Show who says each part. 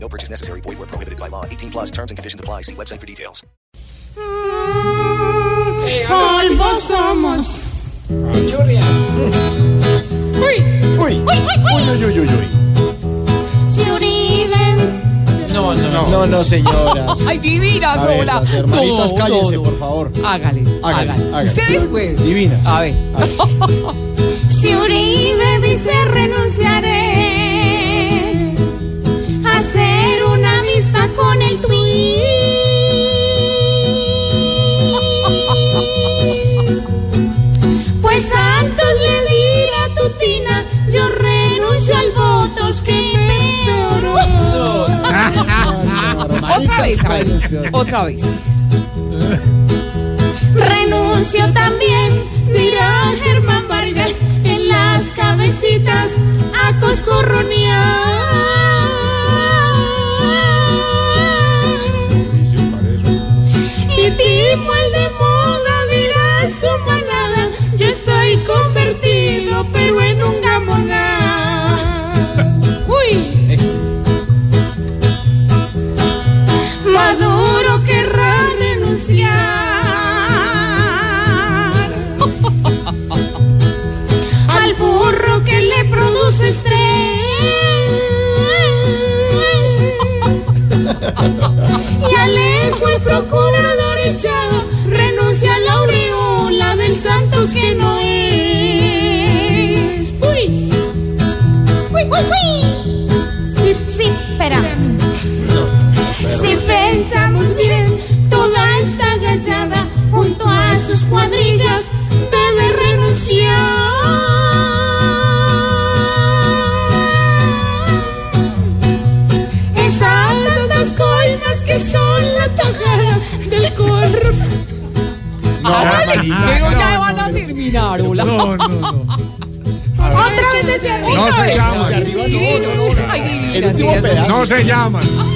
Speaker 1: No purchase necessary. Void where prohibited by law. 18 plus terms and conditions apply. See website for details.
Speaker 2: Polvo somos. Uy,
Speaker 3: Uy,
Speaker 2: uy, uy, uy.
Speaker 3: uy, uy, uy, uy.
Speaker 2: Churibens.
Speaker 4: No, no, no.
Speaker 3: No, no, señoras.
Speaker 5: Ay, divina,
Speaker 3: A ver,
Speaker 5: sola.
Speaker 3: las hermanitas, cállense, por favor.
Speaker 5: Hágale,
Speaker 3: Hágale,
Speaker 5: hágale.
Speaker 3: hágale.
Speaker 5: Ustedes pueden.
Speaker 3: Divinas.
Speaker 5: A ver.
Speaker 2: Si Este Uribe dice renunciaré a ser una misma con el tweet. Pues Santos le dirá a Tutina, yo renuncio al votos que me empeoró.
Speaker 5: Otra vez, a
Speaker 3: cállense.
Speaker 5: ver. Otra vez.
Speaker 2: Renuncio también, dirá Germán Vargas, en las cabecitas a coscorronear. Y Timo el de moda dirá a su manada, yo estoy convertido pero en un gamonal. Uy. Maduro querrá renunciar al burro que le produce estrés. Y Alejo, el procurador echado, renuncia a la aureola del Santos que no es. Uy, uy, uy, uy. Sí, sí, espera. Si pensamos bien, toda esta gallada junto a sus cuadrillas debe renunciar. Esas tantas coimas que son la tajada del corrupto.
Speaker 5: Hágale. Pero ya van a terminar, hola.
Speaker 2: Otra vez desde arriba.
Speaker 5: Otra vez.
Speaker 3: llama.
Speaker 5: Ay,
Speaker 3: El
Speaker 5: divina,
Speaker 3: último
Speaker 5: divina.
Speaker 3: pedazo.
Speaker 6: No se llaman.